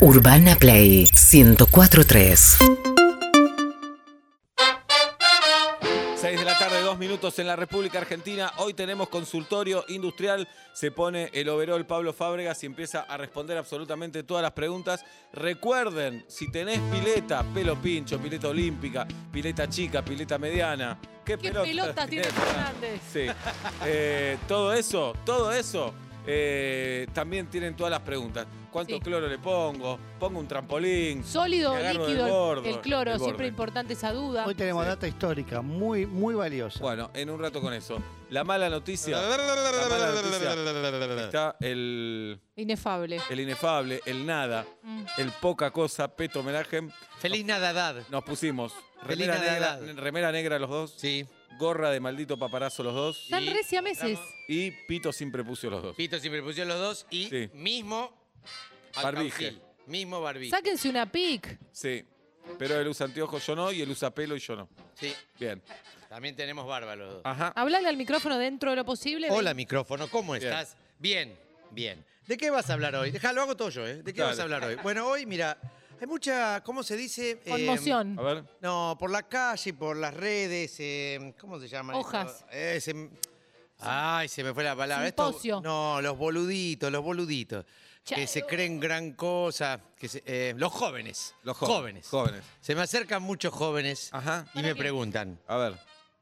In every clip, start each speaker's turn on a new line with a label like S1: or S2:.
S1: Urbana Play 1043.
S2: 6 de la tarde, 2 minutos en la República Argentina. Hoy tenemos consultorio industrial. Se pone el overol Pablo Fábregas y empieza a responder absolutamente todas las preguntas. Recuerden, si tenés pileta, pelo pincho, pileta olímpica, pileta chica, pileta mediana. ¿Qué,
S3: ¿Qué pelota tiene Fernández?
S2: Sí. Eh, todo eso, todo eso. eh, también tienen todas las preguntas. ¿Cuánto
S3: Sí.
S2: cloro le pongo? ¿Pongo un trampolín?
S3: Sólido,
S2: Me agarro del
S3: líquido, el-
S2: bordo,
S3: el cloro,
S2: del
S3: siempre
S2: borde.
S3: importante esa duda.
S4: Hoy tenemos data histórica muy, muy valiosa.
S2: Bueno, en un rato con eso. La mala noticia. Está el,
S3: Inefable.
S2: el inefable, el nada,
S3: Mm.
S2: el poca cosa, peto homenaje.
S5: Feliz Nadadad.
S2: Nos pusimos
S5: Feliz
S2: remera negra,
S5: Navidad.
S2: remera negra los dos,
S5: Sí.
S2: gorra de maldito paparazo los dos
S3: Están
S5: Y-
S3: recia meses.
S2: y pito sin prepucio los dos.
S5: Pito siempre puso los dos y
S2: Sí.
S5: mismo
S2: Barbije.
S5: alcancil, Mismo barbije.
S3: Sáquense una pic.
S2: Sí, pero él usa anteojos, yo no, y él usa pelo y yo no.
S5: Sí.
S2: Bien.
S5: También tenemos barba los dos.
S2: Ajá.
S3: Hablale al micrófono dentro de lo posible.
S5: Hola,
S3: Ven.
S5: micrófono, ¿cómo
S2: Bien.
S5: estás? Bien, bien. ¿De qué vas a hablar hoy? Dejá, lo hago todo yo, ¿eh? ¿De qué
S2: Dale.
S5: vas a hablar hoy? Bueno, hoy, mira, hay mucha, ¿cómo se dice? Eh,
S3: Conmoción.
S2: A ver.
S5: no, por la calle, por las redes, eh, ¿cómo se llama? esto?
S3: Hojas.
S5: Eh, se- ay, se me fue la palabra. Esto-
S3: Simposio.
S5: no, los boluditos, los boluditos.
S3: Chao.
S5: Que se creen gran cosa. Que se- eh, los jóvenes.
S2: Los jóvenes, jóvenes.
S5: Se me acercan muchos jóvenes
S2: Ajá.
S5: y me preguntan,
S2: A ver.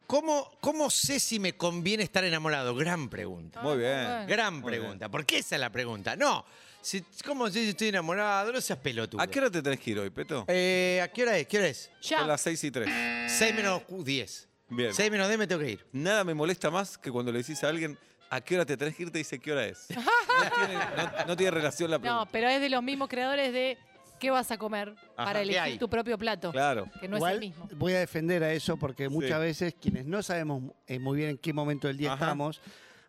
S5: ¿cómo, ¿cómo sé si me conviene estar enamorado? Gran pregunta.
S2: Muy bien.
S3: Ah, bueno.
S5: Gran
S2: Muy bien.
S5: pregunta. ¿Por qué esa es la pregunta? No. Si, ¿Cómo sé si estoy enamorado? No seas pelotudo.
S2: ¿A qué hora te tenés que ir hoy, Peto?
S5: Eh, ¿a qué hora es? ¿Qué hora es?
S3: Ya.
S2: Son las 6 y 3.
S5: 6 menos cu- 10.
S2: Bien.
S5: 6 menos 10 me tengo que ir.
S2: Nada me molesta más que cuando le decís a alguien a qué hora te tenés que ir, te dice qué hora es. No tiene, no- no tiene relación la
S3: No,
S2: pregunta.
S3: pero es de los mismos creadores de ¿Qué vas a comer? para
S2: ¿qué
S3: elegir
S5: hay?
S3: tu propio plato.
S2: Claro.
S3: Que no
S4: Igual
S3: es el mismo.
S4: voy a defender a eso porque muchas veces quienes no sabemos eh, muy bien en qué momento del día
S2: Ajá.
S4: estamos,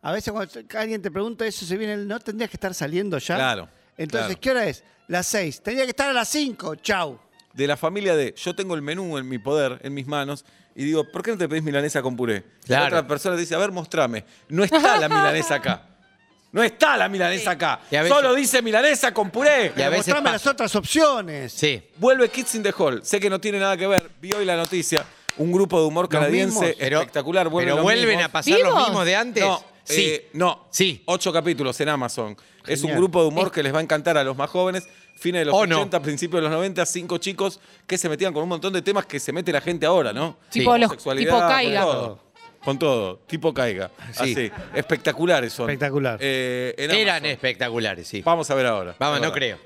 S4: a veces cuando se- alguien te pregunta eso, se viene el no tendrías que estar saliendo ya.
S2: Claro,
S4: Entonces,
S2: claro.
S4: ¿qué hora es? Las seis. Tendría que estar a las cinco. Chau.
S2: De la familia de yo tengo el menú en mi poder, en mis manos, y digo, ¿por qué no te pedís milanesa con puré? La
S5: Claro.
S2: otra persona dice, a ver, mostrame. No está la milanesa acá. No está la milanesa acá.
S5: Y a veces-
S2: Solo dice milanesa con puré.
S5: Y a
S4: Pero
S5: veces
S4: mostrame
S5: pasa.
S4: las otras opciones.
S5: Sí.
S2: Vuelve Kids in the Hall. Sé que no tiene nada que ver. Vi hoy la noticia. Un grupo de humor canadiense
S4: mismos,
S5: Pero-
S2: espectacular. Vuelven
S5: pero
S2: los
S5: vuelven
S2: mismos.
S5: a pasar los
S3: ¿Vivos?
S5: mismos de antes.
S2: No,
S5: sí.
S2: eh, no.
S5: Sí.
S2: Ocho capítulos en Amazon. Es un
S4: Genial.
S2: grupo de humor que les va a encantar a los más jóvenes. Fines de los
S5: O no.
S2: 80, principios de los 90, cinco chicos que se metían con un montón de temas que se mete la gente ahora, ¿no?
S5: Sí.
S3: Tipo, los,
S2: Sexualidad,
S3: tipo caiga.
S2: Con todo. Con todo. Tipo caiga.
S5: Sí.
S2: Así. Espectaculares son.
S4: Espectacular.
S2: Eh, en
S5: Eran
S2: Amazon.
S5: espectaculares, sí.
S2: Vamos a ver ahora.
S5: Vamos,
S2: Ahora.
S5: no creo.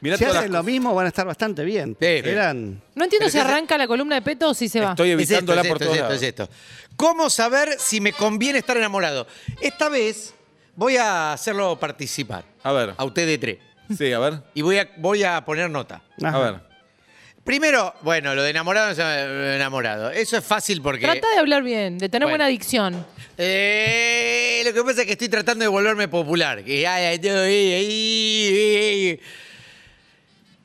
S2: Mirá
S4: si
S2: todas las
S4: hacen lo
S2: cosas.
S4: mismo, van a estar bastante bien.
S5: Sí.
S4: Eran.
S3: No entiendo
S2: Pero
S3: si
S2: es ese-
S3: arranca la columna de peto o si se va.
S2: Estoy evitándola
S5: es esto,
S2: por todos
S5: es esto,
S2: lados.
S5: es esto. ¿Cómo saber si me conviene estar enamorado? Esta vez voy a hacerlo participar.
S2: A ver.
S5: A usted de tres.
S2: Sí, a ver.
S5: Y voy a, voy a poner nota.
S2: A
S4: Ajá.
S2: ver.
S5: Primero, bueno, lo de enamorado no se llama enamorado. Eso es fácil porque.
S3: Trata de hablar bien, de tener
S5: Bueno.
S3: buena dicción.
S5: Eh, lo que pasa es que estoy tratando de volverme popular. Que, ay, ay, yo, ay, ay, ay.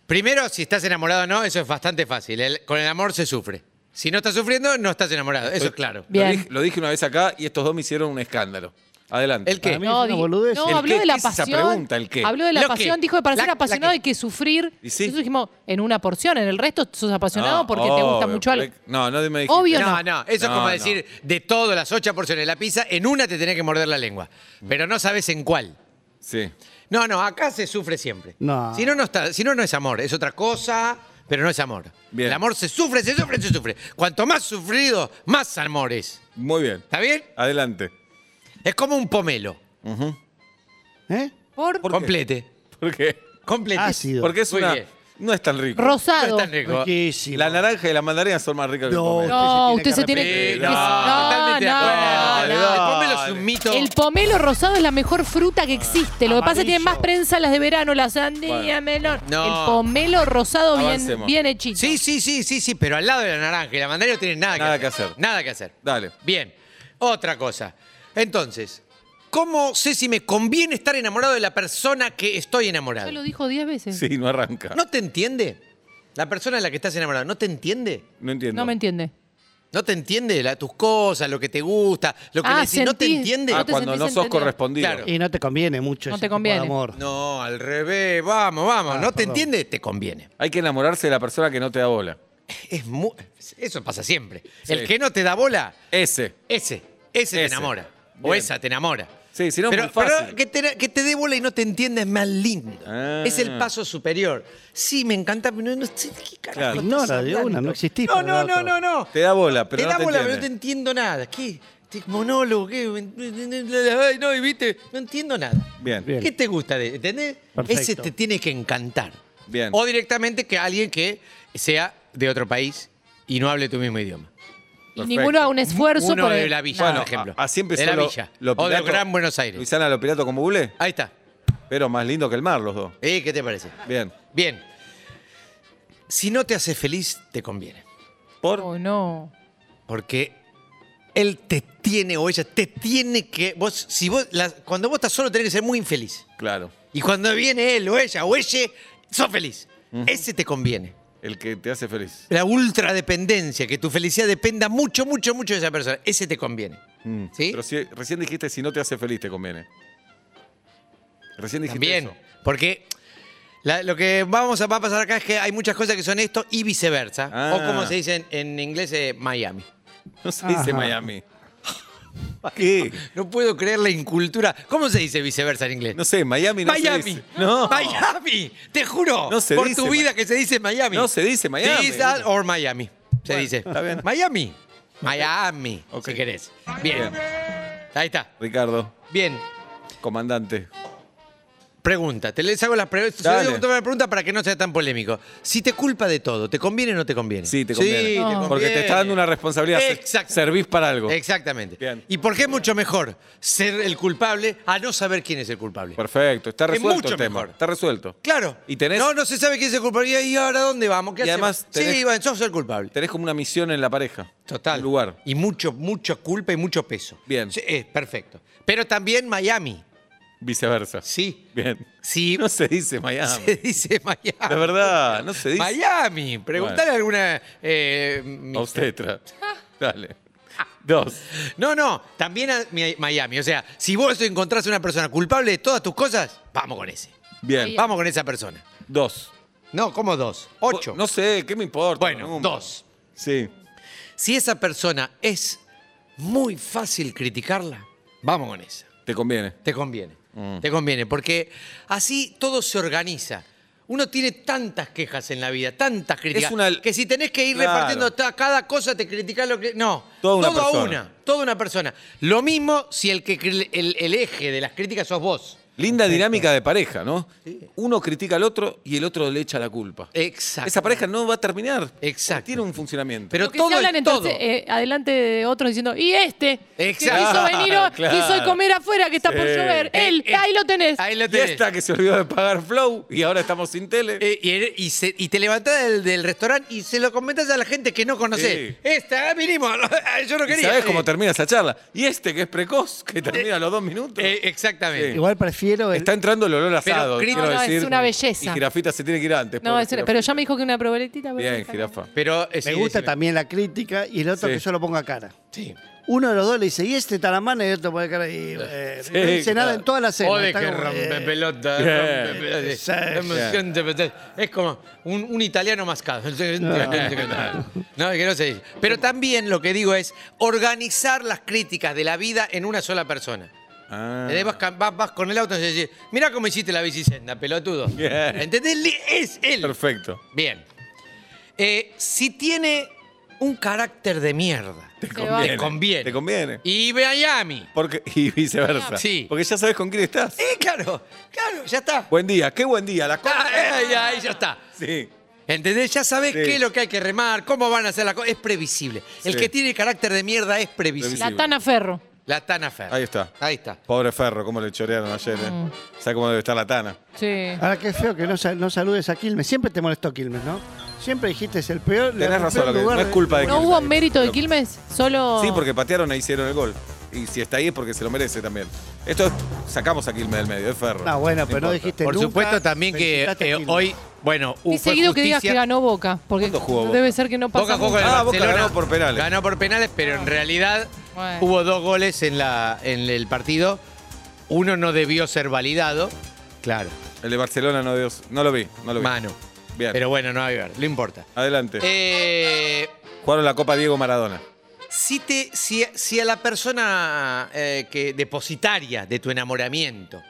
S5: Primero, si estás enamorado o no, eso es bastante fácil. El- con el amor se sufre. Si no estás sufriendo, no estás enamorado. Eso es claro.
S3: Bien.
S2: Lo dije, lo dije una vez acá y estos dos me hicieron un escándalo. Adelante.
S5: ¿El qué?
S4: Para mí es una
S3: di-
S4: boludez.
S3: no,
S2: ¿El
S3: habló
S2: qué?
S3: de la
S2: ¿Qué es esa
S3: pasión.
S2: pregunta? ¿El qué?
S3: Habló de la
S5: ¿Lo
S3: pasión,
S5: qué?
S3: dijo que para
S5: La-
S3: ser
S5: la
S3: apasionado
S5: qué.
S3: hay que sufrir.
S2: Y sí.
S3: Nosotros dijimos, en una porción, en el resto sos apasionado
S2: No,
S3: porque te gusta
S2: Ah, obvio,
S3: mucho algo.
S2: pero- No, no me dijiste.
S3: Obvio
S5: No,
S3: no.
S5: no, eso
S2: No,
S5: es como
S2: no.
S5: decir, de todas las ocho porciones de la pizza, en una te tenés que morder la lengua. Pero no sabes en cuál.
S2: Sí.
S5: No, no, acá se sufre siempre.
S4: No.
S5: Si no, no, está, si no, no es amor, es otra cosa, pero no es amor.
S2: Bien.
S5: El amor se sufre, se sufre, se sufre. Cuanto más sufrido, más amor es.
S2: Muy bien.
S5: ¿Está bien?
S2: Adelante.
S5: Es como un pomelo.
S4: ¿Eh?
S3: Por,
S2: ¿Por qué?
S5: complete.
S2: ¿Por qué?
S5: Complete.
S4: Ácido.
S2: Porque es
S5: Muy
S2: una.
S5: bien.
S2: No es tan rico.
S5: No
S3: rosado.
S5: es tan rico.
S4: Riquísimo.
S2: La naranja y la mandarina son más ricas que el
S4: No.
S2: pomelo.
S3: No,
S4: Usted
S3: usted se
S4: se
S3: tiene
S2: Eh,
S3: que.
S2: no,
S3: No,
S5: Totalmente de
S3: no,
S5: acuerdo.
S3: no.
S5: El pomelo es un mito.
S3: El pomelo rosado es la mejor fruta que existe. Lo que pasa es que tienen más
S4: Amarillo.
S3: prensa las de verano, la sandía,
S2: Bueno.
S3: melón.
S5: No.
S3: El pomelo rosado bien,
S2: Avancemos.
S3: bien hechito.
S5: Sí, sí, sí, sí, sí, pero al lado de la naranja y la mandarina no tienen nada,
S2: Nada
S5: que, hacer.
S2: que hacer.
S5: Nada que hacer.
S2: Dale.
S5: Bien. Otra cosa. Entonces, ¿cómo sé si me conviene estar enamorado de la persona que estoy enamorado?
S3: Ya lo dijo 10 veces.
S2: Sí, no arranca.
S5: ¿No te entiende? La persona de la que estás enamorado, ¿no te entiende?
S2: No entiendo.
S3: No me entiende.
S5: No te entiende la- tus cosas, lo que te gusta, lo que
S3: Ah,
S5: le decís, no te
S3: sentís-
S5: entiende.
S2: Ah,
S3: No te
S2: cuando
S3: sentís
S2: no sos
S3: entendido. Eh.
S2: correspondido.
S5: Claro.
S4: Y no te conviene mucho.
S3: No
S4: ese
S3: te
S4: tipo de
S3: conviene.
S4: amor.
S5: No, al revés, vamos, vamos.
S4: Ah,
S5: no te
S4: perdón.
S5: entiende, te conviene.
S2: Hay que enamorarse de la persona que no te da bola.
S5: Es mu- Eso pasa siempre.
S2: Sí.
S5: El que no te da bola,
S2: Ese.
S5: ese, ese te
S2: Ese.
S5: enamora. O
S2: Bien.
S5: esa te enamora.
S2: Sí, si no es
S5: pero,
S2: muy fácil.
S5: pero que te, que te dé bola y no te entienda es más lindo.
S2: Ah.
S5: Es el paso superior. Sí, me encanta, pero no, no sé de qué carajo
S2: Claro.
S5: estás
S4: Ignora de
S5: hablando.
S4: una, no existís
S5: No,
S4: para
S5: no,
S4: la
S5: no,
S4: otra.
S5: no, no.
S2: Te da bola, pero
S5: te
S2: no
S5: da
S2: te
S5: bola, pero
S2: entiende.
S5: no te entiendo nada. ¿Qué? Te- Monólogo, ¿qué? Ay, no, y viste, no entiendo nada.
S2: Bien.
S4: Bien.
S5: ¿Qué te gusta de ¿Entendés?
S4: Perfecto.
S5: Ese te tiene que encantar.
S2: Bien.
S5: O directamente que alguien que sea de otro país y no hable tu mismo idioma.
S3: Y
S2: Perfecto.
S3: ninguno haga un esfuerzo
S5: Uno
S3: por
S5: de la villa,
S2: Bueno,
S5: por ejemplo.
S2: a- así empezó
S5: de la
S2: lo-
S5: villa.
S2: lo
S5: o del
S2: pirato-
S5: Gran Buenos Aires.
S2: Luisana lo pirato como bule,
S5: Ahí está.
S2: pero más lindo que el mar los dos.
S5: Eh, ¿Qué te parece?
S2: Bien.
S5: Bien. Si no te hace feliz, te conviene.
S2: Por
S3: Oh, no.
S5: Porque él te tiene o ella te tiene que. Vos, si vos, la- cuando vos estás solo, tenés que ser muy infeliz.
S2: claro.
S5: Y cuando viene él o ella o ella, sos feliz. Ese te conviene.
S2: El que te hace feliz.
S5: La ultradependencia, que tu felicidad dependa mucho, mucho, mucho de esa persona. Ese te conviene.
S2: Mm.
S5: ¿Sí?
S2: Pero si- recién dijiste si no te hace feliz te conviene. Recién dijiste
S5: También.
S2: eso.
S5: Porque la- lo que vamos a, va a pasar acá es que hay muchas cosas que son esto y viceversa.
S2: Ah.
S5: O como se dice en, en inglés, eh, Miami.
S2: No se dice
S4: Ajá.
S2: Miami. ¿Qué?
S5: No puedo creer la incultura. ¿cómo se dice viceversa en inglés?
S2: No sé, Miami no se
S5: Miami.
S2: dice. No.
S5: Miami. Te juro.
S2: No se
S5: por
S2: dice
S5: tu
S2: Mi-
S5: vida que se dice Miami.
S2: No se dice Miami.
S5: This, that, or Miami. Se
S2: Bueno,
S5: dice.
S2: está bien.
S5: Miami. Miami,
S2: Ok.
S5: si querés. Bien.
S2: Bien.
S5: Ahí está.
S2: Ricardo,
S5: Bien.
S2: comandante.
S5: Pregunta. Te les hago las preguntas.
S2: Dale.
S5: pregunta para que no sea tan polémico. Si te culpa de todo, ¿te conviene o no te conviene?
S2: Sí, te conviene.
S5: Sí,
S3: No.
S2: Porque te está dando una responsabilidad. Se-
S5: Exacto.
S2: Servís para algo.
S5: Exactamente.
S2: Bien.
S5: ¿Y por qué es mucho mejor ser el culpable a no saber quién es el culpable?
S2: Perfecto. Está
S5: Es
S2: resuelto
S5: mucho
S2: el tema.
S5: mejor.
S2: Está resuelto.
S5: Claro.
S2: Y tenés-
S5: No, no se sabe quién es el culpable. ¿Y ahí ahora dónde vamos? ¿Qué
S2: Y
S5: hacemos?
S2: además tenés-
S5: Sí, bueno, sos el culpable.
S2: Tenés como una misión en la pareja.
S5: Total.
S2: Un lugar.
S5: Y mucho, mucha culpa y mucho peso.
S2: Bien.
S5: Sí, eh, perfecto. Pero también Miami.
S2: Viceversa.
S5: Sí.
S2: Bien.
S5: Sí.
S2: No se dice Miami.
S5: Se dice Miami.
S2: La verdad, no se dice.
S5: Miami. Preguntale a alguna. eh, mi-
S2: Obstetra.
S5: Ah.
S2: Dale. Dos.
S5: No, no. También a mi- Miami. O sea, si vos encontrás una persona culpable de todas tus cosas, vamos con ese.
S2: Bien.
S5: Vamos con esa persona.
S2: Dos.
S5: No, como dos. Ocho.
S2: No sé, ¿qué me importa?
S5: bueno,
S2: Número.
S5: dos.
S2: Sí.
S5: Si esa persona es muy fácil criticarla, vamos con esa.
S2: Te conviene.
S5: Te conviene.
S2: Mm.
S5: Te conviene, porque así todo se organiza. Uno tiene tantas quejas en la vida, tantas críticas,
S2: una-
S5: que si tenés que ir
S2: Claro.
S5: repartiendo ta- cada cosa, te criticás lo que... No,
S2: Toda una
S5: todo a
S2: persona.
S5: una, toda una persona. Lo mismo si el, que, cri- el, el eje de las críticas sos vos.
S2: Linda dinámica de pareja, ¿no? Uno critica al otro y el otro le echa la culpa.
S5: Exacto.
S2: Esa pareja no va a terminar.
S5: Exacto.
S2: Tiene un funcionamiento.
S5: Pero
S3: Porque
S5: todo
S3: se hablan
S5: es todo.
S3: entonces eh, adelante de otros diciendo, y este,
S5: Exacto.
S3: que quiso venir, o-
S2: Claro.
S3: quiso comer afuera, que está por
S2: Sí.
S3: llover. Él,
S5: Eh, eh,
S3: ahí lo tenés.
S5: Ahí lo
S2: y
S5: tenés.
S2: esta que se olvidó de pagar Flow y ahora estamos sin tele.
S5: Eh, y, er- y se- y te levantás del, del restaurante y se lo comentás a la gente que no conocés.
S2: Sí.
S5: Esta, ah, vinimos, yo no
S2: ¿Y
S5: quería.
S2: ¿Sabés cómo
S5: Eh,
S2: termina esa charla? Y este que es precoz, que termina a los dos minutos.
S5: eh, exactamente.
S2: Sí.
S4: Igual prefiero el-
S2: Está entrando el olor
S5: Pero
S2: asado.
S5: cri-
S2: quiero
S5: No,
S3: no, es
S2: decir.
S3: una belleza.
S2: Y Girafita se tiene que ir antes.
S3: no,
S2: pobre
S3: es- pero
S2: Jirafita.
S3: ya me dijo que una proboletita.
S2: Bien, jirafa.
S5: Pero, eh, sí,
S4: Me gusta
S5: decime.
S4: también la crítica y el otro
S2: Sí.
S4: que yo lo ponga cara.
S5: Sí.
S4: Uno de los dos le dice, y este talamana y el otro pone cara y eh,
S2: Sí,
S4: no dice nada
S2: claro.
S4: en toda la cena.
S5: O de
S4: Está
S5: que
S4: como,
S5: rompe
S4: eh,
S5: pelota,
S2: Bien.
S5: rompe pelota, sí.
S4: Exacto.
S5: Emoción de pelota. Es como un, un italiano mascado. No, que no se dice. Pero también lo que digo es organizar las críticas de la vida en una sola persona.
S2: Ah.
S5: Entonces Vas, cam- vas- vas con el auto y decís, mirá cómo hiciste la bicicenda, pelotudo.
S2: Bien.
S5: ¿Entendés? Li- Es él.
S2: Perfecto.
S5: Bien. Eh, si tiene un carácter de mierda,
S3: conviene.
S5: te conviene.
S2: Te conviene.
S5: Y Miami.
S2: Porque, y viceversa.
S5: Sí.
S2: Porque ya sabes con quién estás.
S5: Sí, claro, claro, ya está.
S2: Buen día, qué buen día. La co-
S5: Ah, eh, ya, ahí ya está.
S2: Sí.
S5: ¿Entendés? Ya sabés
S2: Sí.
S5: qué es lo que hay que remar, cómo van a hacer las cosas. Es previsible. El
S2: Sí.
S5: que tiene carácter de mierda es previsible.
S3: La Tana Ferro.
S5: La Tana Ferro.
S2: Ahí está.
S5: Ahí está.
S2: Pobre Ferro, cómo le chorearon ayer. ¿eh?
S5: Mm.
S2: ¿Sabes cómo debe estar la tana?
S3: Sí.
S4: Ahora qué feo que no, sal- no saludes a Quilmes. Siempre te molestó Quilmes, ¿no? Siempre dijiste es el peor.
S2: Tenés
S4: el
S2: razón,
S4: peor
S2: lo que-
S4: lugar
S2: no es culpa de
S3: ¿No
S2: Quilmes.
S3: hubo mérito de Quilmes? Solo.
S2: Sí, porque patearon e hicieron el gol. Y si está ahí es porque se lo merece también. Esto es- sacamos a Quilmes del medio, es Ferro.
S4: No, bueno, pero no
S2: importa.
S4: dijiste
S5: Por
S4: nunca,
S5: supuesto también que
S4: felicitaste a
S5: eh,
S4: Quilmes.
S5: hoy Bueno,
S3: Y
S5: fue
S3: seguido que digas que
S5: justicia.
S3: ganó Boca, porque
S2: ¿Cuándo jugó Boca?
S3: debe ser que no
S5: Boca
S3: pasa.
S5: jugó con el
S2: Ah, Boca
S5: Barcelona.
S2: ganó por penales.
S5: Ganó por penales, pero en realidad
S3: Bueno.
S5: hubo dos goles en, la, en el partido. Uno no debió ser validado. Claro,
S2: El de Barcelona no, Dios. No lo vi, no lo vi.
S5: mano.
S2: Bien. Ah,
S5: Pero bueno, no hay ver, no importa.
S2: Adelante.
S5: Eh,
S2: Jugaron la Copa Diego Maradona.
S5: si, te, si, si a la persona eh, que, depositaria de tu enamoramiento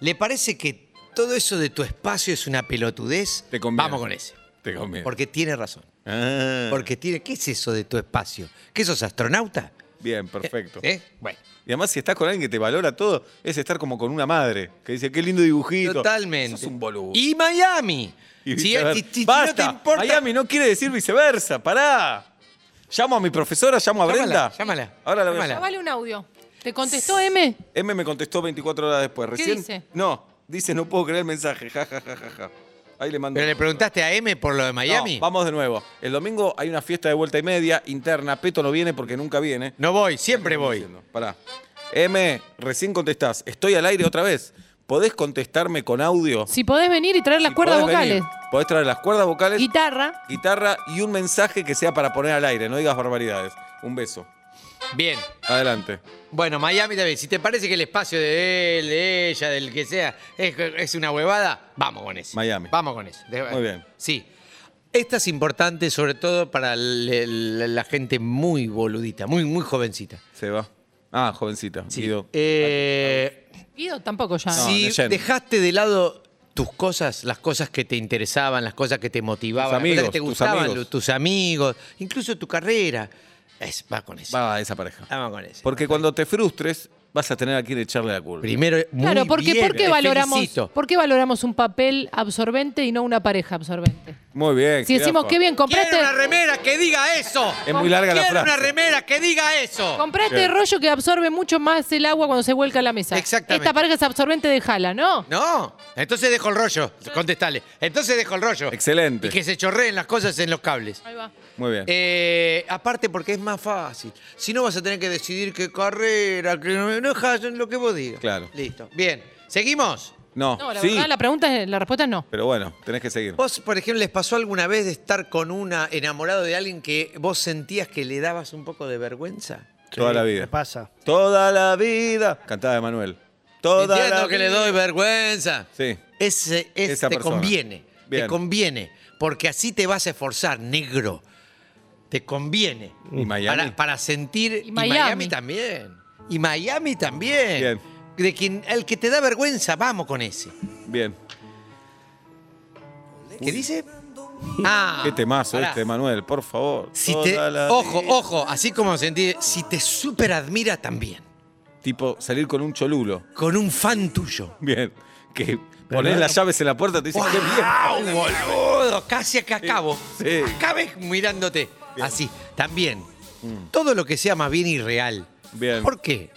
S5: le parece que todo eso de tu espacio es una pelotudez,
S2: Te conviene.
S5: vamos con ese.
S2: Te conviene.
S5: Porque tiene razón.
S2: Ah.
S5: Porque tiene, ¿qué es eso de tu espacio? ¿Qué sos astronauta?
S2: Bien, perfecto.
S5: ¿Eh? Bueno.
S2: Y además, si estás con alguien que te valora todo, es estar como con una madre que dice, qué lindo dibujito.
S5: Totalmente.
S2: Sos un boludo.
S5: Y Miami.
S2: Y
S5: Si-
S2: viceversa.
S5: si- si- si
S2: Basta.
S5: no te importa.
S2: Miami no quiere decir viceversa. Pará. Llamo a mi profesora, llamo a
S5: Llámala,
S2: Brenda.
S5: llámala.
S2: Ahora la voy a
S5: Llámala.
S2: llamar.
S3: Vale un audio. ¿Te contestó M?
S2: M me contestó 24 horas después.
S3: ¿Qué
S2: Recién,
S3: dice?
S2: No, dice no puedo creer el mensaje. Ja, ja, ja, ja, ja. Ahí le mando.
S5: Pero le preguntaste a M por lo de Miami.
S2: No, vamos de nuevo. El domingo hay una fiesta de vuelta y media interna. Peto no viene porque nunca viene.
S5: No voy, siempre
S2: Estamos
S5: voy.
S2: diciendo. Pará. M, recién contestás. Estoy al aire otra vez. ¿Podés contestarme con audio?
S3: Si podés venir y traer las
S2: Si
S3: cuerdas
S2: podés venir,
S3: vocales,
S2: podés traer las cuerdas vocales,
S3: guitarra,
S2: guitarra y un mensaje que sea para poner al aire. No digas barbaridades. Un beso.
S5: Bien.
S2: Adelante.
S5: Bueno, Miami también. Si te parece que el espacio de él, de ella, del que sea, es, es una huevada, vamos con eso.
S2: Miami.
S5: Vamos con eso. De-
S2: Muy bien.
S5: Sí. Esta es importante sobre todo para el- el- la gente muy boludita, muy, muy jovencita.
S2: Se va. Ah, jovencita.
S5: Sí.
S2: Guido. Ah.
S5: Eh,
S3: Guido tampoco ya.
S2: No,
S5: si
S2: Neyen.
S5: dejaste de lado tus cosas, las cosas que te interesaban, las cosas que te motivaban,
S2: Tus amigos,
S5: las cosas que te
S2: tus
S5: gustaban,
S2: amigos.
S5: lo- tus amigos, incluso tu carrera, es, va con eso.
S2: Va a esa pareja.
S5: Vamos con eso.
S2: Porque cuando te frustres, vas a tener a quien echarle la culpa.
S5: Primero, muy
S3: Claro, porque
S5: bien,
S3: ¿por, qué
S5: te
S3: valoramos,
S5: felicito.
S3: ¿por qué valoramos un papel absorbente y no una pareja absorbente?
S2: Muy bien.
S3: Si decimos
S2: jirafa.
S3: qué bien, compraste,
S5: Quiero una remera que diga eso.
S2: Es muy larga la
S5: Quiero
S2: frase.
S5: una remera que diga eso.
S3: compraste
S2: Bien.
S3: rollo que absorbe mucho más el agua cuando se vuelca a la mesa.
S5: Exactamente.
S3: Esta pareja es absorbente de jala, ¿no?
S5: No, entonces dejo el rollo. Contestale. Entonces dejo el rollo.
S2: Excelente.
S5: Y que se chorreen las cosas en los cables.
S3: Ahí va.
S2: Muy bien.
S5: Eh, aparte porque es más fácil. Si no vas a tener que decidir qué carrera, que no no dejas lo que vos digas.
S2: Claro.
S5: Listo. Bien. ¿Seguimos?
S2: no,
S3: No, la
S2: sí.
S3: verdad, la pregunta es, la respuesta es no.
S2: Pero bueno, tenés que seguir.
S5: ¿Vos, por ejemplo, les pasó alguna vez de estar con una enamorado de alguien que vos sentías que le dabas un poco de vergüenza?
S2: Toda la
S4: Me
S2: vida.
S4: pasa.
S2: Toda la vida. Cantaba de Manuel. Toda
S5: Entiendo
S2: la
S5: que
S2: vida.
S5: le doy vergüenza.
S2: Sí.
S5: Ese, ese
S2: Esa
S5: te
S2: persona.
S5: conviene.
S2: Bien.
S5: Te conviene. Porque así te vas a esforzar, negro. Te conviene.
S2: ¿Y Miami?
S5: Para, para sentir.
S3: Y Miami.
S5: también. Y Miami también.
S2: Bien.
S5: De quien, el que te da vergüenza, vamos con ese.
S2: Bien.
S5: ¿Qué dice? Ah.
S2: Qué temazo
S5: pará.
S2: este, Manuel, por favor.
S5: Si
S2: Toda
S5: te,
S2: la
S5: ojo,
S2: vida.
S5: ojo, así como sentí, si te super admira también,
S2: Tipo, salir con un cholulo.
S5: con un fan tuyo.
S2: Bien. Que pones las llaves en la puerta te dicen, qué
S5: ¡Guau,
S2: bien.
S5: boludo! Casi acá acabo.
S2: Sí.
S5: Acabes mirándote. Así. También. Todo lo que sea más bien irreal.
S2: Mm. Bien.
S5: ¿Por qué?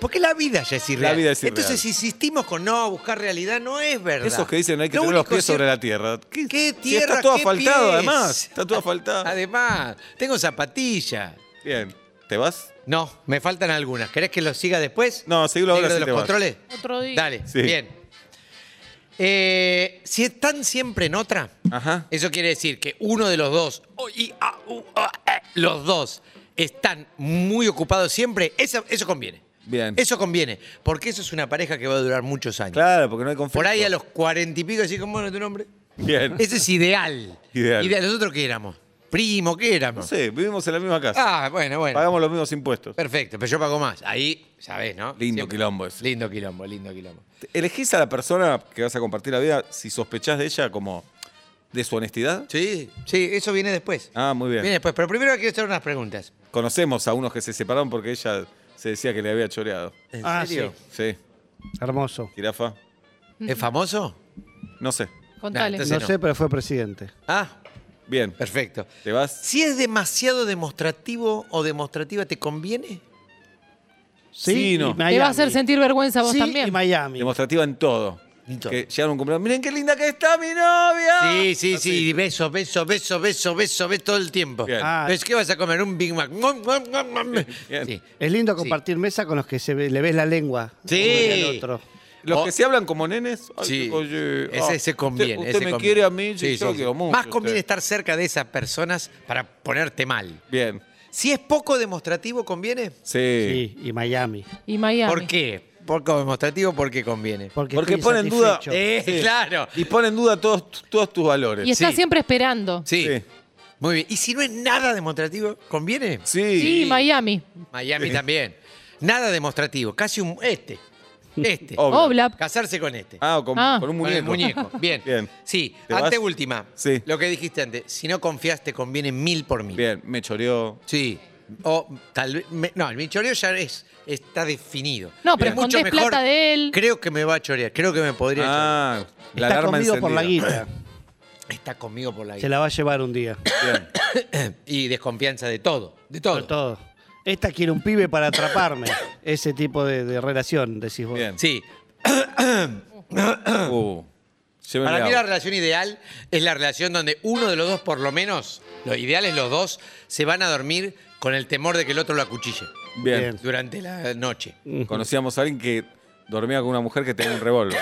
S5: Porque la vida ya es irreal.
S2: vida es irreal.
S5: Entonces, si insistimos con no buscar realidad, no es verdad.
S2: Esos que dicen hay que
S5: Lo
S2: tener los
S5: único
S2: pies sobre
S5: cier-
S2: la tierra. ¿Qué,
S5: ¿Qué
S2: si
S5: tierra?
S2: está todo
S5: qué
S2: asfaltado,
S5: pies?
S2: además. Está todo asfaltado.
S5: Además, tengo zapatillas.
S2: Bien. ¿Te vas?
S5: No, me faltan algunas. ¿Querés que los siga después?
S2: No, seguilo ahora,
S5: Negro
S2: sí
S5: de
S2: te
S5: los
S2: vas.
S5: controles?
S3: Otro día.
S5: Dale,
S2: Sí.
S5: bien. Eh, si están siempre en otra,
S2: Ajá.
S5: eso quiere decir que uno de los dos, o- y- a- u- a- eh, los dos están muy ocupados siempre, esa- eso conviene.
S2: Bien.
S5: Eso conviene, porque eso es una pareja que va a durar muchos años.
S2: Claro, porque no hay conflicto.
S5: Por ahí a los cuarenta y pico decís, ¿cómo era tu nombre?
S2: Bien.
S5: Ese es ideal.
S2: Ideal.
S5: ¿Nosotros qué éramos? Primo, ¿qué éramos?
S2: No sé, vivimos en la misma casa.
S5: Ah, bueno, bueno.
S2: Pagamos los mismos impuestos.
S5: Perfecto, pero yo pago más. Ahí, sabés, ¿no?
S2: Lindo quilombo ese.
S5: Lindo quilombo, lindo quilombo.
S2: ¿Elegís a la persona que vas a compartir la vida si sospechás de ella como de su honestidad?
S5: Sí, sí, eso viene después.
S2: Ah, muy bien.
S5: Viene después, pero primero quiero hacer unas preguntas.
S2: Conocemos a unos que se separaron porque ella se decía que le había choreado.
S5: ¿En
S4: Ah,
S5: serio?
S2: Sí,
S4: Hermoso.
S2: jirafa.
S5: ¿Es famoso?
S2: No sé.
S3: Contale.
S5: Nah, entonces-
S4: No sé, pero fue presidente.
S5: Ah,
S2: Bien.
S5: perfecto.
S2: ¿Te vas?
S5: Si es demasiado demostrativo o demostrativa, ¿te conviene?
S2: Sí, no.
S4: y
S2: Te
S3: Te
S4: Miami.
S3: va a hacer sentir vergüenza vos
S4: Sí,
S3: también.
S4: y Miami.
S2: Demostrativa en todo.
S5: En todo.
S2: Que llegaron a un cumpleaños. ¡Miren qué linda que está mi novia!
S5: Sí, sí,
S2: Así.
S5: sí. Beso, beso, beso, beso, beso, beso todo el tiempo.
S2: Bien.
S4: Ah.
S5: ¿Ves qué vas a comer? Un Big Mac. Nom, nom, nom, nom.
S2: Bien.
S5: Sí.
S4: Es lindo
S5: Sí.
S4: compartir mesa con los que se ve- le ves la lengua. uno y
S5: Sí.
S4: al otro.
S2: Los
S5: O-
S2: que se hablan como nenes, ay,
S5: Oh. Sí,
S2: oye, ah,
S5: ese se conviene.
S2: Usted,
S5: ese
S2: usted me
S5: conviene.
S2: quiere a mí,
S5: Sí,
S2: sí, yo
S5: sí, sí.
S2: quiero mucho.
S5: Más
S2: a
S5: conviene
S2: usted.
S5: estar cerca de esas personas para ponerte mal.
S2: Bien.
S5: Si es poco demostrativo, ¿conviene?
S2: Sí.
S4: Sí, y Miami.
S3: Y Miami.
S5: ¿Por qué? Poco demostrativo, porque conviene?
S4: Porque,
S2: Porque
S4: estoy
S2: pone en duda-
S4: insatisfecho.
S5: Eh,
S2: Sí.
S5: Claro.
S2: Y pone en duda todos, todos tus valores.
S3: Y está
S5: Sí.
S3: siempre esperando.
S5: Sí.
S2: Sí.
S5: Muy bien. ¿Y si no es nada demostrativo, conviene?
S2: Sí.
S3: Sí, Miami.
S5: Miami también. Nada demostrativo. Casi un. Este. Este.
S2: Obla.
S3: Oblap.
S5: Casarse con este.
S2: Oh. Ah, con,
S3: Ah.
S2: con un
S5: Con
S2: muñeco.
S5: el muñeco. Bien.
S2: Bien.
S5: Sí.
S2: ¿Te vas?
S5: Ante última.
S2: Sí.
S5: Lo que dijiste antes. Si no confías, te conviene mil por mil.
S2: Bien, me choreó.
S5: Sí. O tal vez. me- no, el michoreo ya es, está definido.
S3: No, pero
S5: Es mucho
S3: escondés
S5: mejor,
S3: plata de él.
S5: Creo que me va a chorear. Creo que me podría
S2: Ah, la
S4: Está
S2: alarma
S4: conmigo por la
S2: encendida.
S4: guita.
S5: chorear. Está conmigo por la
S4: Se la va a llevar un día.
S2: Bien.
S5: guita. Y desconfianza de todo. De todo.
S4: Por todo. Esta quiere un pibe para atraparme. Ese tipo de, de relación, decís vos.
S2: Bien.
S5: Sí.
S2: Uh, llévenme
S5: Para mí
S2: agua.
S5: la relación ideal es la relación donde uno de los dos, por lo menos, lo ideal es los dos, se van a dormir con el temor de que el otro lo acuchille
S2: Bien.
S5: durante la noche.
S2: Conocíamos a alguien que dormía con una mujer que tenía un revólver.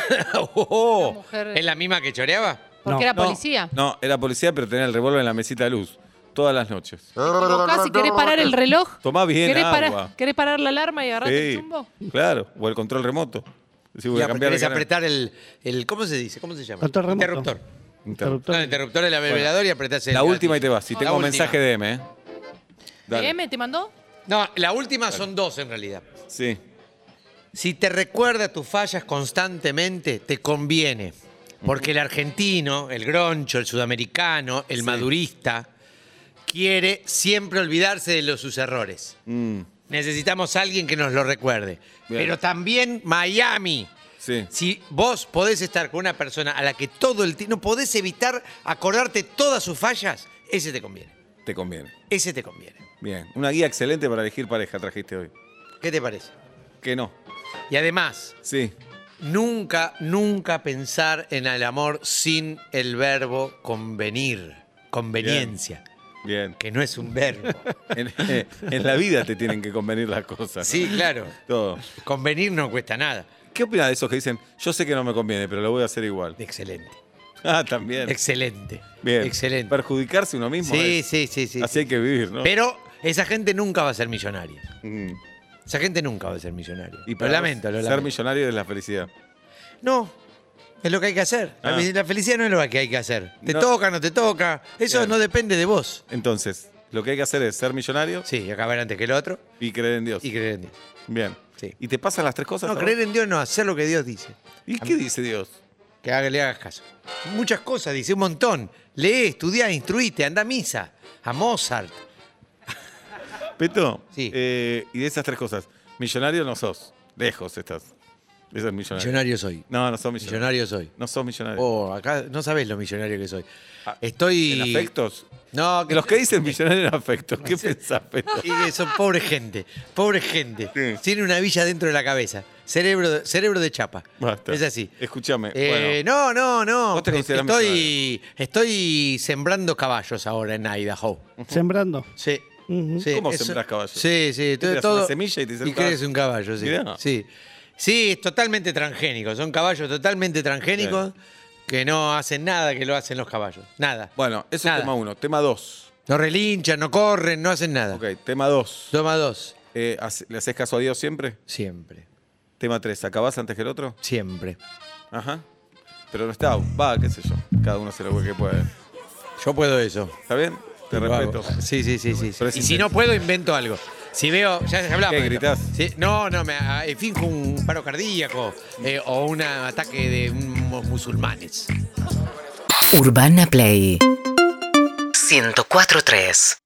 S5: Oh,
S3: mujer-
S5: ¿Es la misma que choreaba?
S3: Porque
S4: No.
S3: era
S2: No,
S3: policía.
S2: No, era policía, pero tenía el revólver en la mesita de luz. Todas las noches.
S3: Equivocás y querés parar el reloj.
S2: Tomá bien
S3: ¿Querés
S2: agua.
S3: parar, querés parar la alarma y agarrarte el
S2: Sí,
S3: chumbo?
S2: claro. O el control remoto. Decís, voy
S5: Y
S2: a cambiar de
S5: querés
S2: canal.
S5: apretar el, el- ¿Cómo se dice? ¿Cómo se llama?
S4: Control remoto.
S5: Interruptor.
S2: Interruptor.
S5: No, el interruptor del abelador y apretás el
S2: La última y te
S5: gatillo.
S2: vas. Si
S5: La
S2: tengo
S5: última.
S2: mensaje de M, ¿eh? Dale.
S3: ¿DM te mandó?
S5: No, la última son dos en realidad.
S2: Sí.
S5: Si te recuerda tus fallas constantemente, te conviene. Porque el argentino, el groncho, el sudamericano, el madurista, quiere siempre olvidarse de los, sus errores.
S2: Mm,
S5: Necesitamos a alguien que nos lo recuerde.
S2: Bien.
S5: Pero también Miami.
S2: sí.
S5: Si vos podés estar con una persona a la que todo el tiempo no podés evitar acordarte todas sus fallas, ese te conviene.
S2: Te conviene.
S5: Ese te conviene.
S2: Bien. Una guía excelente para elegir pareja trajiste hoy.
S5: ¿Qué te parece?
S2: Que no.
S5: Y además,
S2: Sí.
S5: Nunca, nunca pensar en el amor sin el verbo convenir, conveniencia,
S2: Bien.
S5: que no es un verbo.
S2: En, eh, en la vida te tienen que convenir las cosas. ¿no?
S5: Sí, claro.
S2: Todo.
S5: Convenir no cuesta nada.
S2: ¿Qué opinas de esos que dicen, yo sé que no me conviene, pero lo voy a hacer igual?
S5: Excelente.
S2: Ah, también.
S5: Excelente.
S2: Bien.
S5: Excelente.
S2: Perjudicarse uno mismo.
S5: Sí,
S2: es-
S5: sí, sí, sí.
S2: Así hay que vivir, ¿no?
S5: Pero esa gente nunca va a ser millonaria.
S2: Mm.
S5: Esa gente nunca va a ser millonaria.
S2: Y
S5: Y
S2: para
S5: lo lamento,
S2: vos,
S5: lo
S2: ser
S5: lamento.
S2: millonario es la felicidad.
S5: No, es lo que hay que hacer. La
S2: Ah.
S5: fel- La felicidad no es lo que hay que hacer. Te
S2: No.
S5: toca, no te toca. Eso
S2: Bien.
S5: no depende de vos.
S2: Entonces, lo que hay que hacer es ser millonario
S5: Sí, acabar antes que el otro
S2: y creer en Dios.
S5: y creer en Dios.
S2: Bien.
S5: Sí.
S2: ¿Y te pasan las tres cosas?
S5: No,
S2: a vos?
S5: creer en Dios no, hacer lo que Dios dice.
S2: ¿Y qué dice Dios?
S5: Que haga- le hagas caso. Muchas cosas, dice, un montón. Lee, estudia, instruite, anda a misa, a Mozart.
S2: Peto,
S5: Sí.
S2: eh, y de esas tres cosas, millonario no sos. Lejos estás. Eso es millonario.
S5: Millonario soy.
S2: No, no sos millonario.
S5: Millonario soy.
S2: No sos millonario.
S5: Oh, acá no sabés lo millonario que soy.
S2: Ah,
S5: Estoy.
S2: ¿En afectos?
S5: No,
S2: Los que dicen millonario en afectos, ¿qué pensás, Peto?
S5: Y que son pobre gente, pobre gente.
S2: Sí.
S5: Tiene una villa dentro de la cabeza. Cerebro de, cerebro de chapa.
S2: Basta.
S5: Es así.
S2: Escúchame,
S5: Eh, No, no, no.
S2: Vos te considerás
S5: Estoy, estoy sembrando caballos ahora en Idaho.
S4: Sembrando.
S5: Sí.
S4: Ujú.
S5: sí,
S2: ¿Cómo sembrás caballos?
S5: Sí,
S2: te
S5: sí. todo-
S2: das una
S5: todo-
S2: semilla y te
S5: Y
S2: sentás?
S5: crees un caballo, sí.
S2: Mirá.
S5: Sí. Sí, es totalmente transgénico. Son caballos totalmente transgénicos que no hacen nada que lo hacen los caballos. Nada.
S2: Bueno, eso
S5: Nada.
S2: es tema uno. Tema dos.
S5: No relinchan, no corren, no hacen nada.
S2: Ok, tema dos.
S5: Toma dos.
S2: Eh, hace- ¿Le haces caso a Dios siempre?
S5: Siempre.
S2: Tema tres. ¿Acabás antes que el otro?
S5: Siempre.
S2: Ajá. Pero no está, va, qué sé yo. Cada uno se lo que puede.
S5: Yo puedo eso.
S2: ¿Está bien? Te
S5: Lo hago.
S2: respeto.
S5: Sí, sí, sí, sí. sí.
S2: Pero es
S5: Y si
S2: intenso.
S5: no puedo, invento algo. Si veo, ya hablamos.
S2: ¿Qué,
S5: de esto.
S2: gritás?
S5: Sí, no, no, me ah, eh, finjo un paro cardíaco eh, o un ataque de unos musulmanes.
S1: Urbana Play 104.3